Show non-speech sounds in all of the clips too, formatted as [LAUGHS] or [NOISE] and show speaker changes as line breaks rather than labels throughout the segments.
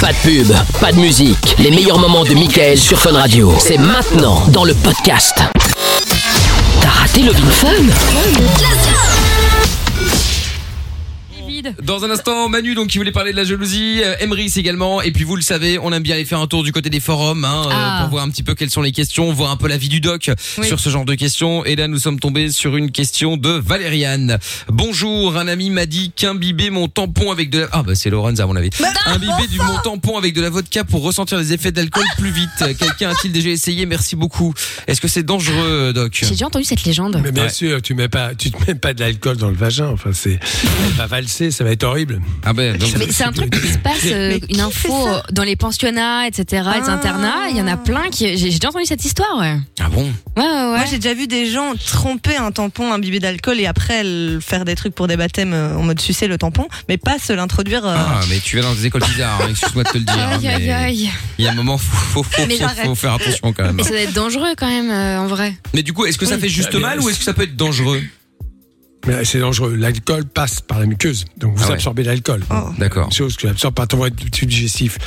Pas de pub, pas de musique. Les meilleurs moments de Michael sur Fun Radio. C'est maintenant dans le podcast. T'as raté le Fun
Dans un instant, Manu, donc, qui voulait parler de la jalousie, euh, Emrys également, et puis vous le savez, on aime bien aller faire un tour du côté des forums, hein, euh,
Ah.
pour voir un petit peu quelles sont les questions, voir un peu l'avis du doc
Oui.
sur ce genre de questions, et là, nous sommes tombés sur une question de Valériane. Bonjour, un ami m'a dit qu'imbiber mon tampon avec de la... Ah, bah, c'est Lorenza, à mon avis. Imbiber du mon tampon avec de la vodka pour ressentir les effets d'alcool plus
[LAUGHS]
vite. Quelqu'un a-t-il déjà essayé Merci beaucoup. Est-ce que c'est dangereux, euh, doc
J'ai déjà entendu cette légende.
Mais bien
Ouais.
sûr, tu mets pas, tu te mets pas de l'alcool dans le vagin. Enfin,
[LAUGHS]
c'est elle va valser, ça va être horrible.
Ah, ben, donc,
Mais c'est un truc qui se passe, euh,
qui
une
fait
info
ça
euh, dans les pensionnats, etc., les
Ah.
internats. Il y en a plein qui. J'ai j'ai déjà entendu cette histoire, ouais.
ah bon
Ouais, ouais,
Moi,
ouais.
j'ai déjà vu des gens tromper un tampon imbibé d'alcool et après le- faire des trucs pour des baptêmes euh, en mode sucer le tampon, mais pas se l'introduire. euh,
Ah, mais tu vas dans des écoles bizarres, hein, excuse-moi de te le dire.
Aïe,
hein,
aïe,
mais-
aïe.
Il y a un moment, faut, faut, faut,
Mais
faut-
j'arrête.
faut faire attention quand même.
Mais ça doit être dangereux quand même, euh, en vrai.
Mais du coup, est-ce que ça fait juste
Ah, mais-
mal ou est-ce que ça peut être dangereux
Mais c'est dangereux. L'alcool passe par la muqueuse, donc vous
Ah ouais.
absorbez l'alcool.
Oh.
D'accord,
Chose que absorbe par ton voie de tube digestif,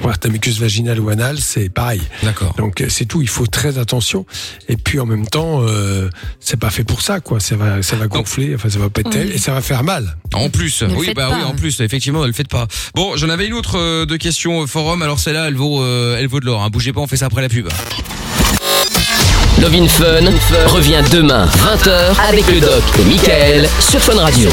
par ta muqueuse vaginale ou anale, c'est pareil.
d'accord.
Donc euh, c'est tout. Il faut très attention. Et puis en même temps, euh, c'est pas fait pour ça, quoi. Ça va, ça va gonfler. Enfin, ça va péter
Oui.
et ça va faire mal.
En plus,
Ne le
oui,
faites
bah
pas.
oui, en plus, effectivement, ne le faites pas. Bon, j'en avais une autre euh, de question euh, forum. Alors celle-là, elle vaut, euh, elle vaut de l'or. Hein. Bougez pas, on fait ça après la pub.
Lovin Fun revient demain, 20h, avec le doc et Michael sur Fun Radio.